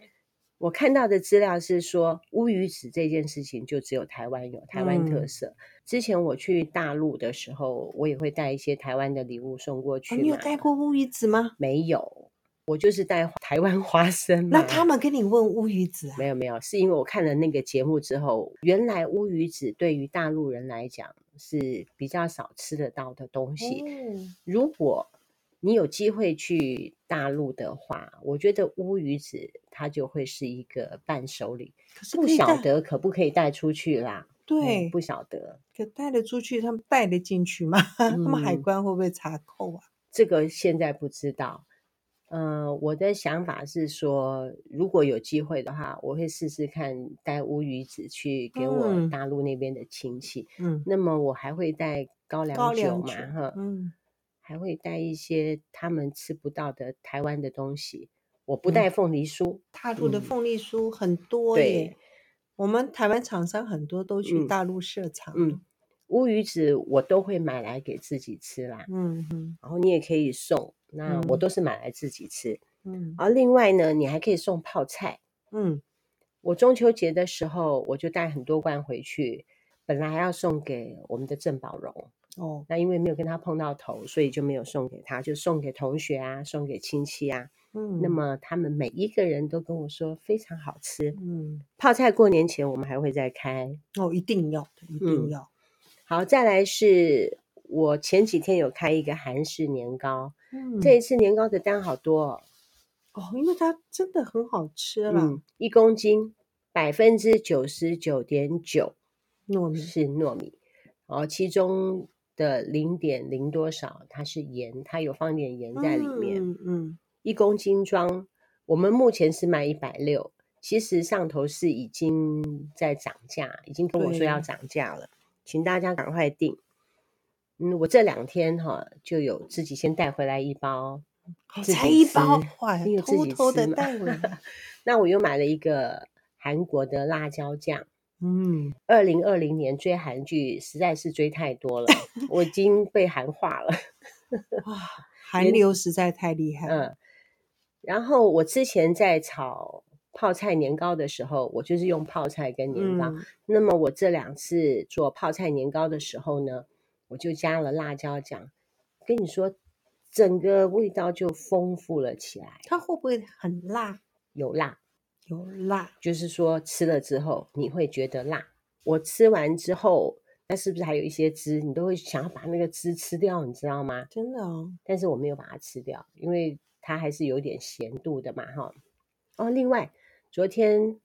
S1: 我看到的资料是说，乌鱼子这件事情就只有台湾有台湾特
S2: 嗯
S1: 色。之前我去大陆的时候，我也会带一些台湾的礼物送过去、
S2: 哦、
S1: 嘛。
S2: 你有带过乌鱼子吗？
S1: 没有？我就是带台湾花生嘛。
S2: 那他们跟你问乌鱼子啊？
S1: 没有没有，是因为我看了那个节目之后，原来乌鱼子对于大陆人来讲是比较少吃得到的东西。
S2: 哦
S1: 如果你有机会去大陆的话，我觉得乌鱼子它就会是一个伴手礼，
S2: 可是
S1: 不
S2: 可以
S1: 晓
S2: 带
S1: 得可不可以带出去啦？嗯
S2: 对，
S1: 不晓得
S2: 可带得出去，他们带得进去吗？ [laughs] 他们海
S1: 嗯
S2: 关会不会查扣啊？
S1: 这个现在不知道。呃，我的想法是说，如果有机会的话，我会试试看带乌鱼子去给我
S2: 嗯
S1: 大陆那边的亲戚。
S2: 嗯，
S1: 那么我还会带高
S2: 高
S1: 粱酒
S2: 粱
S1: 嘛，
S2: 酒
S1: 哈，
S2: 嗯，
S1: 还会带一些他们吃不到的台湾的东西。我不
S2: 嗯
S1: 带凤梨酥，
S2: 大陆的
S1: 嗯
S2: 凤梨酥很多
S1: 对
S2: 耶，我们台湾厂商很多都去
S1: 嗯
S2: 大陆设厂了，
S1: 嗯乌鱼子我都会买来给自己吃啦，
S2: 嗯嗯
S1: 然后你也可以送，那我
S2: 嗯
S1: 都是买来自己吃。
S2: 嗯
S1: 然后另外呢，你还可以送泡菜。
S2: 嗯，
S1: 我中秋节的时候，我就带很多罐回去，本来还要送给我们的郑宝荣，
S2: 哦，
S1: 那因为没有跟他碰到头，所以就没有送给他，就送给同学啊，送给亲戚啊。
S2: 嗯，
S1: 那么他们每一个人都跟我说非常好吃。
S2: 嗯，
S1: 泡菜过年前我们还会再开。
S2: 哦，一定要的，一定
S1: 嗯
S2: 要，
S1: 好，再来是我前几天有开一个韩式年糕，
S2: 嗯，
S1: 这一次年糕的单好多、哦，
S2: 哦，因为它真的很好吃啦，
S1: 嗯，一公斤百分之九十九点九
S2: 糯米，
S1: 是糯米，然后其中的零点零多少它是盐，它有放点盐在里面。
S2: 嗯嗯
S1: 一公斤装，我们目前是卖一百六，其实上头是已经在涨价，已经跟我说要
S2: 对
S1: 涨价了，请大家赶快订。嗯，我这两天哈、就有自己先带回来一包，
S2: 哦
S1: 自
S2: 才
S1: 己
S2: 一包
S1: 吃，
S2: 哇，
S1: 因为自
S2: 偷
S1: 己
S2: 偷
S1: 吃
S2: 的
S1: 嘛
S2: 带
S1: [laughs]
S2: 回来，
S1: 那我又买了一个韩国的辣椒酱。
S2: 嗯，
S1: 二零二零年追韩剧实在是追太多了，我已经被韩化了。
S2: 哇，韩流实在太厉害了，
S1: 嗯，然后我之前在炒泡菜年糕的时候，我就是用泡菜跟年糕。
S2: 嗯
S1: 那么我这两次做泡菜年糕的时候呢，我就加了辣椒酱，跟你说，整个味道就丰富了起来，
S2: 它会不会很辣？
S1: 有辣，
S2: 有辣，
S1: 就是说吃了之后你会觉得辣。我吃完之后，那是不是还有一些汁？你都会想要把那个汁吃掉，你知道吗？
S2: 真的哦，
S1: 但是我没有把它吃掉，因为它还是有点咸度的嘛，哈。哦，另外昨天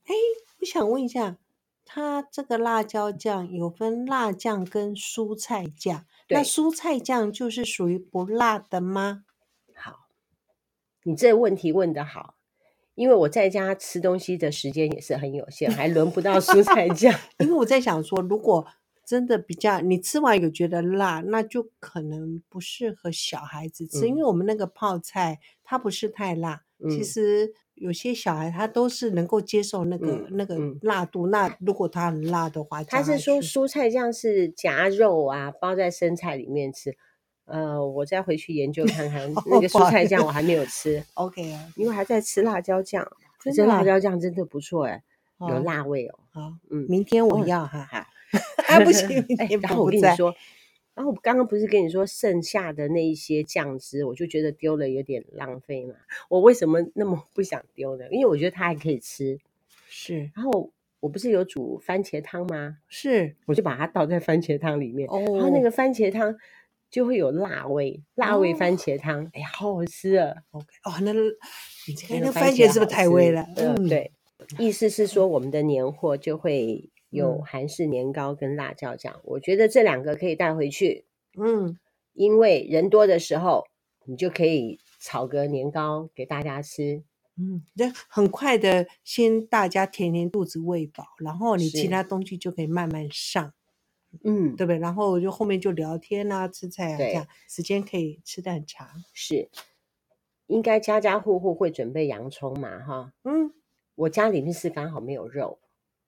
S2: 我想问一下，它这个辣椒酱有分辣酱跟蔬菜酱，那
S1: 对
S2: 蔬菜酱就是属于不辣的吗？
S1: 好，你这问题问得好，因为我在家吃东西的时间也是很有限，还轮不到蔬菜酱。
S2: 因为我在想说，如果真的比较你吃完有觉得辣，那就可能不适合小孩子吃，因为我们那个泡菜它不是太辣， [laughs] 其
S1: 嗯
S2: 实有些小孩他都是能够接受那个、
S1: 嗯
S2: 那个
S1: 嗯
S2: 辣度。那如果它很辣的话，
S1: 他
S2: 加
S1: 是
S2: 下
S1: 说
S2: 去
S1: 蔬菜酱是夹肉啊，包在生菜里面吃。呃，我再回去研究看看那个
S2: 不 [laughs] 好
S1: 蔬菜
S2: 意思
S1: 酱，我还没有吃，
S2: OK 啊，
S1: 因为还在吃辣椒酱。
S2: [laughs] 真
S1: 这
S2: 的
S1: 辣
S2: 啊
S1: 椒酱真的不错哎、有
S2: 好
S1: 辣味哦。
S2: 好，
S1: 嗯，
S2: 明天我
S1: 哦
S2: 要哈哈
S1: [laughs] 好，
S2: 啊不行，明
S1: 哎
S2: 天
S1: 然后
S2: 不
S1: 我跟你
S2: 在，
S1: 说，然后我刚刚不是跟你说剩下的那一些酱汁，我就觉得丢了有点浪费嘛。我为什么那么不想丢呢？因为我觉得它还可以吃。
S2: 是
S1: 然后我不是有煮番茄汤吗？
S2: 是
S1: 我就把它倒在番茄汤里面，然后
S2: 哦，
S1: 那个番茄汤就会有辣味，辣味
S2: 哦
S1: 番茄汤，哎呀，好好吃啊！
S2: OK 哦，那你这个那番
S1: 番
S2: 茄是不
S1: 好
S2: 是太
S1: 吃
S2: 味了？嗯
S1: 呃对，意思是说我们的年货就会有
S2: 嗯
S1: 韩式年糕跟辣椒酱，我觉得这两个可以带回去，
S2: 嗯，
S1: 因为人多的时候你就可以炒个年糕给大家吃。
S2: 嗯，这很快的，先大家填填肚子喂饱，然后你其
S1: 是
S2: 他东西就可以慢慢上，
S1: 嗯，
S2: 对不对？然后就后面就聊天啊，吃菜啊，这
S1: 对
S2: 样时间可以吃的很长。
S1: 是，应该家家户户会准备洋葱嘛，哈。
S2: 嗯
S1: 我家里面是刚好没有肉，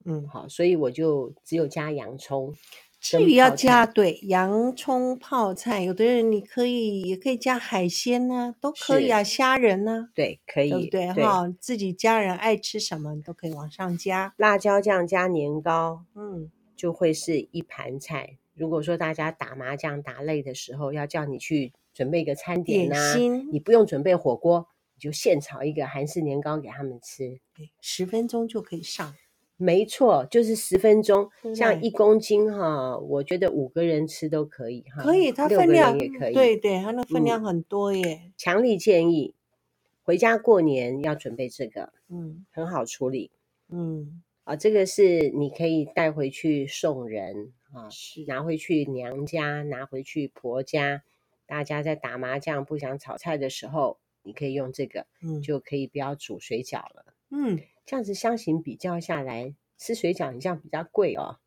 S2: 嗯，
S1: 好，所以我就只有加洋葱。
S2: 至
S1: 跟
S2: 于要
S1: 泡菜
S2: 加对洋葱泡菜，有的人你可以也可以加海鲜呐、都可以
S1: 是
S2: 啊，虾仁呐、
S1: 对，可以，
S2: 对不对哈？自己家人爱吃什么你都可以往上加。
S1: 辣椒酱加年糕
S2: 嗯，
S1: 就会是一盘菜。如果说大家打麻将打累的时候，要叫你去准备一个餐点
S2: 点
S1: 呐、
S2: 心
S1: 你不用准备火锅，你就现炒一个韩式年糕给他们吃。
S2: 十分钟就可以上。
S1: 没错，就是十分钟，像
S2: 对
S1: 一公斤哈，我觉得五个人吃都可以哈，
S2: 可以，它
S1: 六
S2: 分
S1: 个
S2: 量
S1: 人也可以，嗯
S2: 对，对，它那分量很多耶。
S1: 强力建议回家过年要准备这个，
S2: 嗯
S1: 很好处理
S2: 嗯，
S1: 啊，这个是你可以带回去送人啊，
S2: 是
S1: 拿回去娘家，拿回去婆家，大家在打麻将不想炒菜的时候，你可以用这个，
S2: 嗯
S1: 就可以不要煮水饺了。
S2: 嗯，
S1: 这样子相形比较下来，吃水饺好像比较贵哦，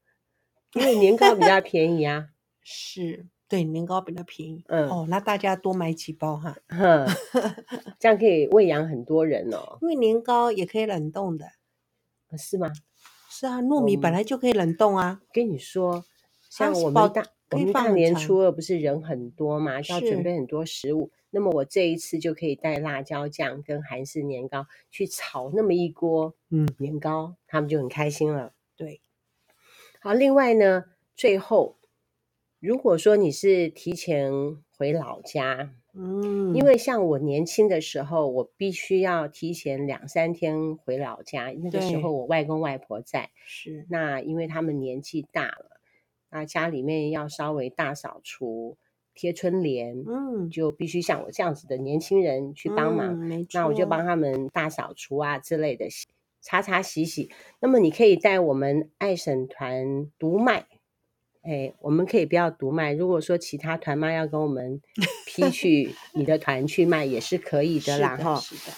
S1: 因为年糕比
S2: [laughs]
S1: 较便宜啊。
S2: 是对，年糕比较便宜。
S1: 嗯
S2: 哦，那大家多买几包哈，
S1: 哼，这样可以喂养很多人哦，
S2: 因为年糕也可以冷冻的。
S1: 呃是吗？
S2: 是啊，糯米本
S1: 嗯
S2: 来就可以冷冻啊。
S1: 跟你说，像
S2: 是
S1: 我
S2: 保
S1: 们大
S2: 可
S1: 我
S2: 以
S1: 们
S2: 放
S1: 大
S2: 很
S1: 年
S2: 长
S1: 初二不是人很多嘛，就要
S2: 是
S1: 准备很多食物。那么我这一次就可以带辣椒酱跟韩式年糕去炒那么一锅
S2: 嗯
S1: 年糕，他们就很开心了。
S2: 对，
S1: 好，另外呢，最后如果说你是提前回老家，
S2: 嗯，
S1: 因为像我年轻的时候，我必须要提前两三天回老家，那个时
S2: 对
S1: 候我外公外婆在。
S2: 是
S1: 那因为他们年纪大了，那家里面要稍微大扫除、贴春联，
S2: 嗯
S1: 就必须像我这样子的年轻人去帮忙。
S2: 嗯没错，
S1: 那我就帮他们大扫除啊之类的，洗擦擦洗洗。那么你可以带我们爱省团独卖。哎，我们可以不要独卖。如果说其他团妈要跟我
S2: [laughs]
S1: 们批去你的团去卖，也是可以的
S2: 是
S1: 啦，哈。
S2: 是的，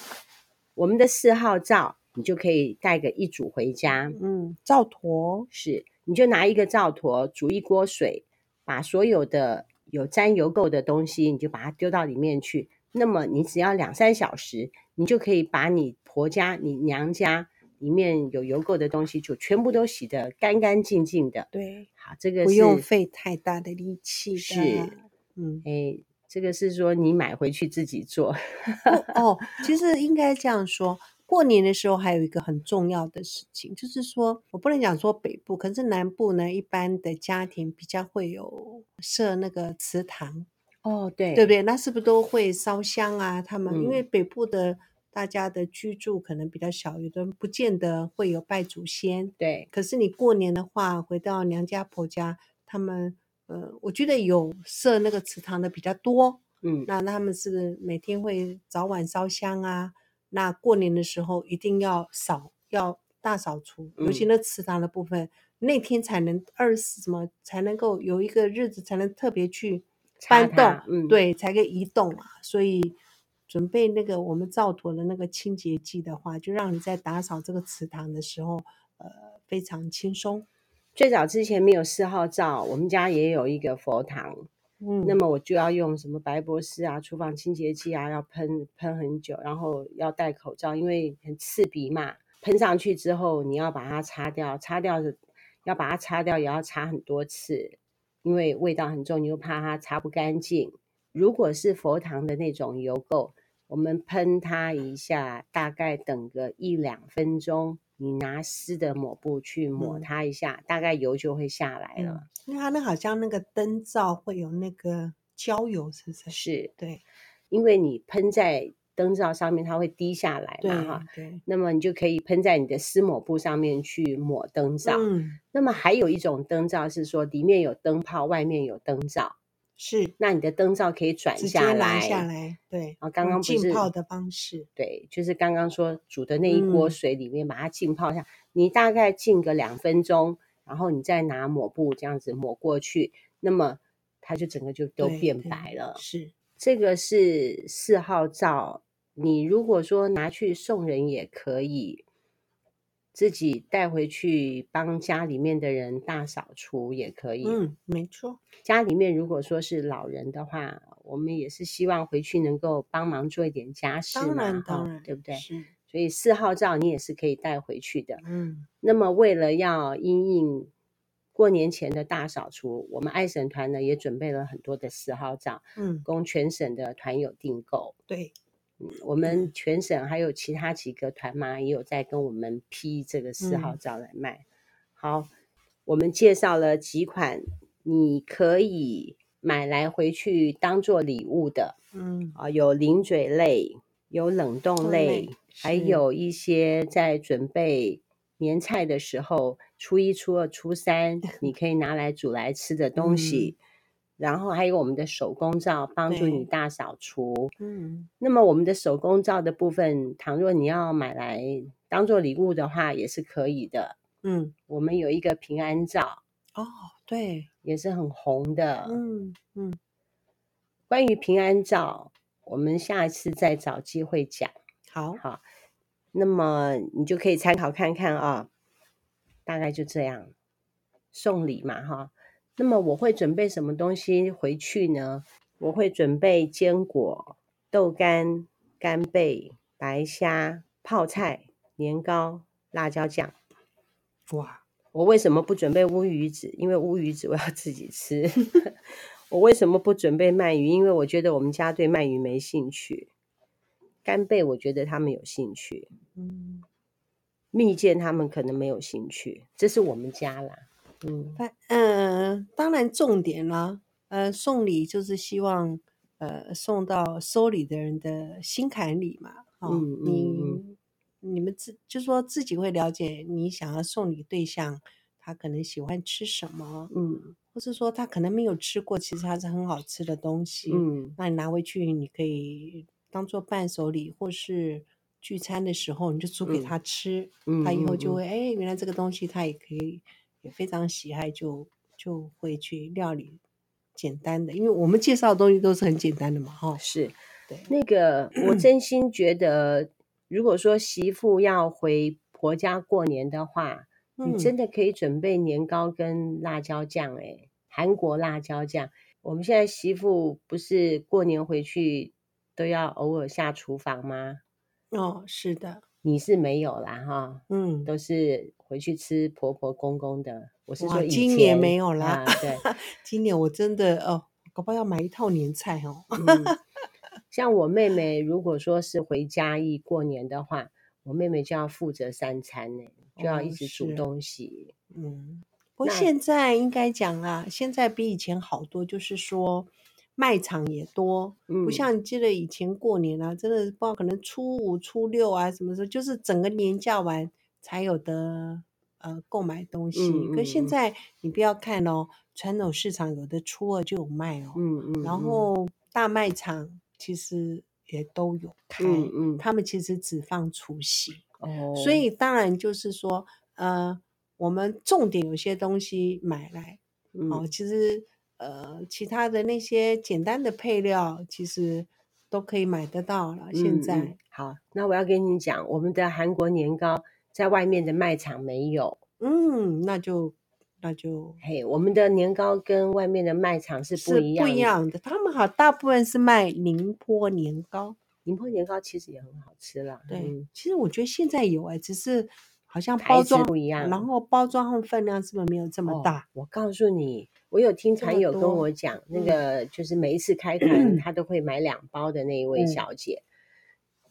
S1: 我们的四号皂，你就可以带个一组回家。
S2: 嗯，灶坨，
S1: 是，你就拿一个灶坨煮一锅水，把所有的有沾油垢的东西，你就把它丢到里面去。那么你只要两三小时，你就可以把你婆家、你娘家里面有油垢的东西，就全部都洗得干干净净的。
S2: 对，
S1: 好，这个
S2: 不
S1: 是
S2: 用费太大的力气的，
S1: 是
S2: 嗯，
S1: 哎，这个是说你买回去自己做， [laughs]
S2: 哦，其实应该这样说。过年的时候还有一个很重要的事情，就是说我不能讲说北部，可是南部呢，一般的家庭比较会有设那个祠堂，
S1: 哦，对
S2: 对不对？那是不是都会烧香啊？他们、因
S1: 嗯
S2: 为北部的大家的居住可能比较小，有的人不见得会有拜祖先。
S1: 对，
S2: 可是你过年的话，回到娘家婆家，他们呃，我觉得有设那个祠堂的比较多。
S1: 嗯，
S2: 那他们是不是每天会早晚烧香啊？那过年的时候一定要扫，要大扫除，尤其
S1: 嗯
S2: 那祠堂的部分，那天才能二十什么才能够有一个日子才能特别去
S1: 擦
S2: 搬动
S1: 它，嗯，，
S2: 对，才可以移动嘛。所以准备那个我们灶坨的那个清洁剂的话，就让你在打扫这个祠堂的时候，呃，非常轻松。
S1: 最早之前没有四号皂，我们家也有一个佛堂，
S2: 嗯
S1: 那么我就要用什么白博士啊、厨房清洁剂啊，要喷喷很久，然后要戴口罩，因为很刺鼻嘛。喷上去之后，你要把它擦掉，擦掉是要把它擦掉，也要擦很多次，因为味道很重，你又怕它擦不干净。如果是佛堂的那种油垢，我们喷它一下，大概等个一两分钟，你拿湿的抹布去抹
S2: 嗯
S1: 它一下，大概油就会下来了。
S2: 嗯，因为它那好像那个灯罩会有那个焦油，是不是？
S1: 是，
S2: 对
S1: 因为你喷在灯罩上面，它会滴下来
S2: 对
S1: 嘛啊哈。
S2: 对，
S1: 那么你就可以喷在你的湿抹布上面去抹灯罩。
S2: 嗯，
S1: 那么还有一种灯罩是说里面有灯泡，外面有灯罩，
S2: 是
S1: 那你的灯罩可以转
S2: 直接
S1: 下
S2: 拿
S1: 来。
S2: 下来，对，
S1: 啊刚
S2: 用
S1: 刚不
S2: 浸
S1: 是
S2: 泡的方式，
S1: 对，就是刚刚说煮的那一锅
S2: 嗯
S1: 水里面把它浸泡一下，你大概浸个两分钟，然后你再拿抹布这样子抹过去，那么它就整个就都
S2: 对
S1: 变
S2: 对
S1: 白了。
S2: 是
S1: 这个是四号皂，你如果说拿去送人也可以，自己带回去帮家里面的人大扫除也可以。
S2: 嗯，没错，
S1: 家里面如果说是老人的话，我们也是希望回去能够帮忙做一点家事
S2: 当
S1: 嘛，
S2: 然
S1: 哈
S2: 当然，
S1: 对不对？
S2: 是，
S1: 所以四号皂你也是可以带回去的。
S2: 嗯
S1: 那么为了要因应过年前的大扫除，我们爱省团呢也准备了很多的四号皂。
S2: 嗯，
S1: 供全省的团友订购。
S2: 对，
S1: 嗯，我们全省还有其他几个团妈也有在跟我们批这个四号
S2: 嗯
S1: 皂来卖。好，我们介绍了几款你可以买来回去当做礼物的
S2: 嗯
S1: 啊，有零嘴类，有冷冻
S2: 冻
S1: 类
S2: 类，
S1: 还
S2: 是
S1: 有一些在准备年菜的时候，初一、初二、初
S2: [laughs]
S1: 三，你可以拿来煮来吃的东西。然后还有我们的手工皂，帮助
S2: 嗯对
S1: 你大扫除。
S2: 嗯，
S1: 那么我们的手工皂的部分，倘若你要买来当做礼物的话，也是可以的。
S2: 嗯，
S1: 我们有一个平安皂，
S2: 哦，对，
S1: 也是很红的。
S2: 嗯，
S1: 关于平安皂，我们下一次再找机会讲。
S2: 好，
S1: 好，那么你就可以参考看看啊，大概就这样。送礼嘛，哈。那么我会准备什么东西回去呢？我会准备坚果、豆干、干贝、白虾、泡菜、年糕、辣椒酱。
S2: 哇，
S1: 我为什么不准备乌鱼子？因为乌鱼子我要自己吃。 [laughs] 我为什么不准备鳗鱼？因为我觉得我们家对鳗鱼没兴趣。干贝我觉得他们有兴趣，
S2: 嗯，
S1: 蜜饯他们可能没有兴趣。这是我们家啦，嗯，
S2: 但嗯、当然重点啦，呃，送礼就是希望呃送到收礼的人的心坎里嘛，哦，
S1: 嗯嗯
S2: 你你们自就说自己会了解你想要送礼对象，他可能喜欢吃什么，
S1: 嗯
S2: 或是说他可能没有吃过，其实它是很好吃的东西，
S1: 嗯
S2: 那你拿回去，你可以当做伴手礼，或是聚餐的时候你就煮给
S1: 嗯
S2: 他吃，
S1: 嗯
S2: 他以后
S1: 嗯
S2: 就
S1: 嗯
S2: 会哎、诶原来这个东西他也可以，也非常喜爱就，就会去料理简单的，因为我们介绍的东西都是很简单的嘛，哈，
S1: 是
S2: 对，
S1: 那个，我真心觉得，如果说媳妇要回婆家过年的话，你
S2: 嗯
S1: 真的可以准备年糕跟辣椒酱、欸，韩国辣椒酱。我们现在媳妇不是过年回去都要偶尔下厨房吗？
S2: 嗯哦，是的，
S1: 你是没有啦，哈，
S2: 嗯，
S1: 都是回去吃婆婆公公的。我是
S2: 哇
S1: 说以
S2: 今年
S1: 前
S2: 没有
S1: 啊
S2: 啦
S1: 对，
S2: [laughs] 今年我真的哦，搞不好要买一套年菜哦，
S1: 嗯，像我妹妹，如果说是回嘉义过年的话，我妹妹就要负责三餐呢、就要一
S2: 哦
S1: 直煮
S2: 是
S1: 东西。
S2: 嗯，不过
S1: 那
S2: 现在应该讲啦，现在比以前好多，就是说卖场也多，不
S1: 嗯
S2: 像你记得以前过年啊，真的不知道可能初五、初六啊什么时候，就是整个年假完才有的呃购买东西。可
S1: 嗯
S2: 现
S1: 嗯
S2: 在你不要看哦，传统市场有的初二就有卖哦，
S1: 嗯嗯，
S2: 然
S1: 嗯
S2: 后大卖场其实也都有开，
S1: 嗯嗯
S2: 他们其实只放除夕。
S1: 哦，
S2: 所以当然就是说，呃，我们重点有些东西买来，哦，
S1: 嗯
S2: 其实呃，其他的那些简单的配料，其实都可以买得到了。现
S1: 嗯
S2: 在，
S1: 嗯好，那我要跟你讲，我们的韩国年糕在外面的卖场没有，
S2: 嗯，那就那就
S1: 嘿，我们的年糕跟外面的卖场是不
S2: 是
S1: 一
S2: 不
S1: 样的。
S2: 一样的。他们好，大部分是卖宁波年糕，
S1: 宁波年糕其实也很好吃啦，
S2: 对，
S1: 嗯
S2: 其实我觉得现在有哎、只是好像
S1: 牌
S2: 包
S1: 子
S2: 装
S1: 不一样，
S2: 然后包装和分量是不是没有这么
S1: 哦
S2: 大？
S1: 我告诉你，我有听
S2: 这
S1: 团
S2: 么
S1: 友跟
S2: 多
S1: 我讲，那
S2: 嗯
S1: 个就是每一次开团，她都会买两包的那一位
S2: 嗯
S1: 小姐，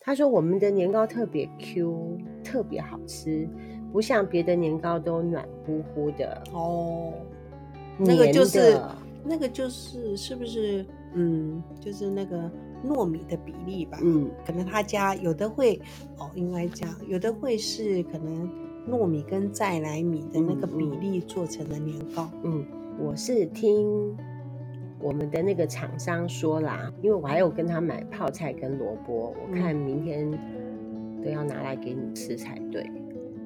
S1: 她说我们的年糕特别 Q，特别好吃，不像别的年糕都软乎乎的，
S2: 哦，那
S1: 黏
S2: 个
S1: 的。
S2: 就是那个就是是不是嗯，就是那个糯米的比例吧？，
S1: 嗯
S2: 可能他家有的会哦，应该讲有的会是可能糯米跟再来米的那个
S1: 嗯嗯
S2: 比例做成的年糕。
S1: 嗯，我是听我们的那个厂商说啦，因为我还有跟他买泡菜跟萝卜，我
S2: 嗯
S1: 看明天都要拿来给你吃才对。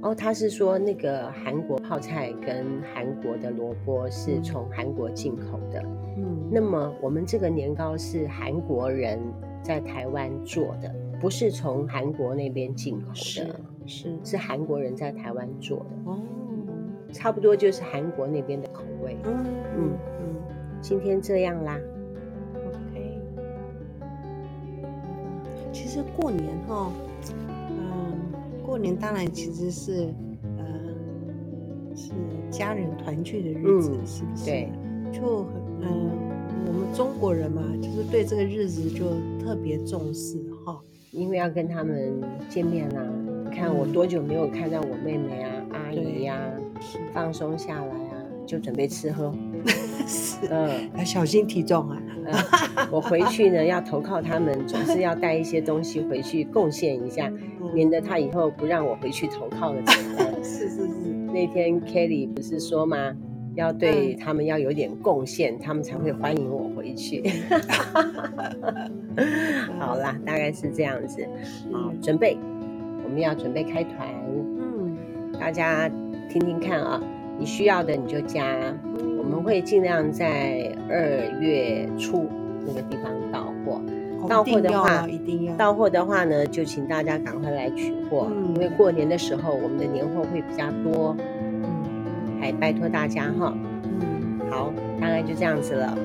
S1: 然后他是说那个韩国泡菜跟韩国的萝卜是
S2: 嗯
S1: 从韩国进口的，
S2: 嗯，
S1: 那么我们这个年糕是韩国人在台湾做的，不是从韩国那边进口
S2: 是
S1: 的，
S2: 是
S1: 是韩国人在台湾做的，
S2: 哦，
S1: 差不多就是韩国那边的口味。
S2: 嗯嗯嗯
S1: 今天这样啦。
S2: ，OK。嗯其实过年哈，嗯，过年当然其实是，呃，是家人团聚的日子，
S1: 嗯
S2: 是不是？
S1: 对，
S2: 就很，嗯、我们中国人嘛，就是对这个日子就特别重视哈。
S1: 因为要跟他们见面啦、你看我
S2: 嗯
S1: 多久没有看到我妹妹啊、阿姨呀、
S2: 是
S1: 放松下来啊，就准备吃喝。
S2: 是，
S1: 嗯、
S2: 要小心体重啊。
S1: 嗯我回去呢要投靠他们，总是要带一些东西回去贡献一下，
S2: 嗯
S1: 免得他以后不让我回去投靠了怎么办？
S3: 是是是，
S1: 那天 Kelly 不是说吗？要对他们要有点贡献，他们才会欢迎我回去。好啦，大概是这样子。
S2: 嗯
S1: 好，准备，我们要准备开团，
S3: 嗯，
S1: 大家听听看啊，你需要的你就加，我们会尽量在二月初那个地方到货。
S3: 哦
S1: 到
S3: 一
S1: 货
S3: 定
S1: 的
S3: 要
S1: 话
S3: 啊一定要
S1: 到货的话呢，就请大家赶快来取货，
S3: 嗯
S1: 因为过年的时候我们的年货会比较多，
S3: 嗯
S1: 还拜托大家哈。
S3: 嗯，
S1: 好，大概就这样子了，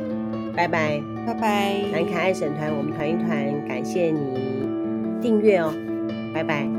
S1: 拜拜。
S3: 拜拜，
S1: 南凯爱省团，我们团一团，感谢你订阅哦，拜拜。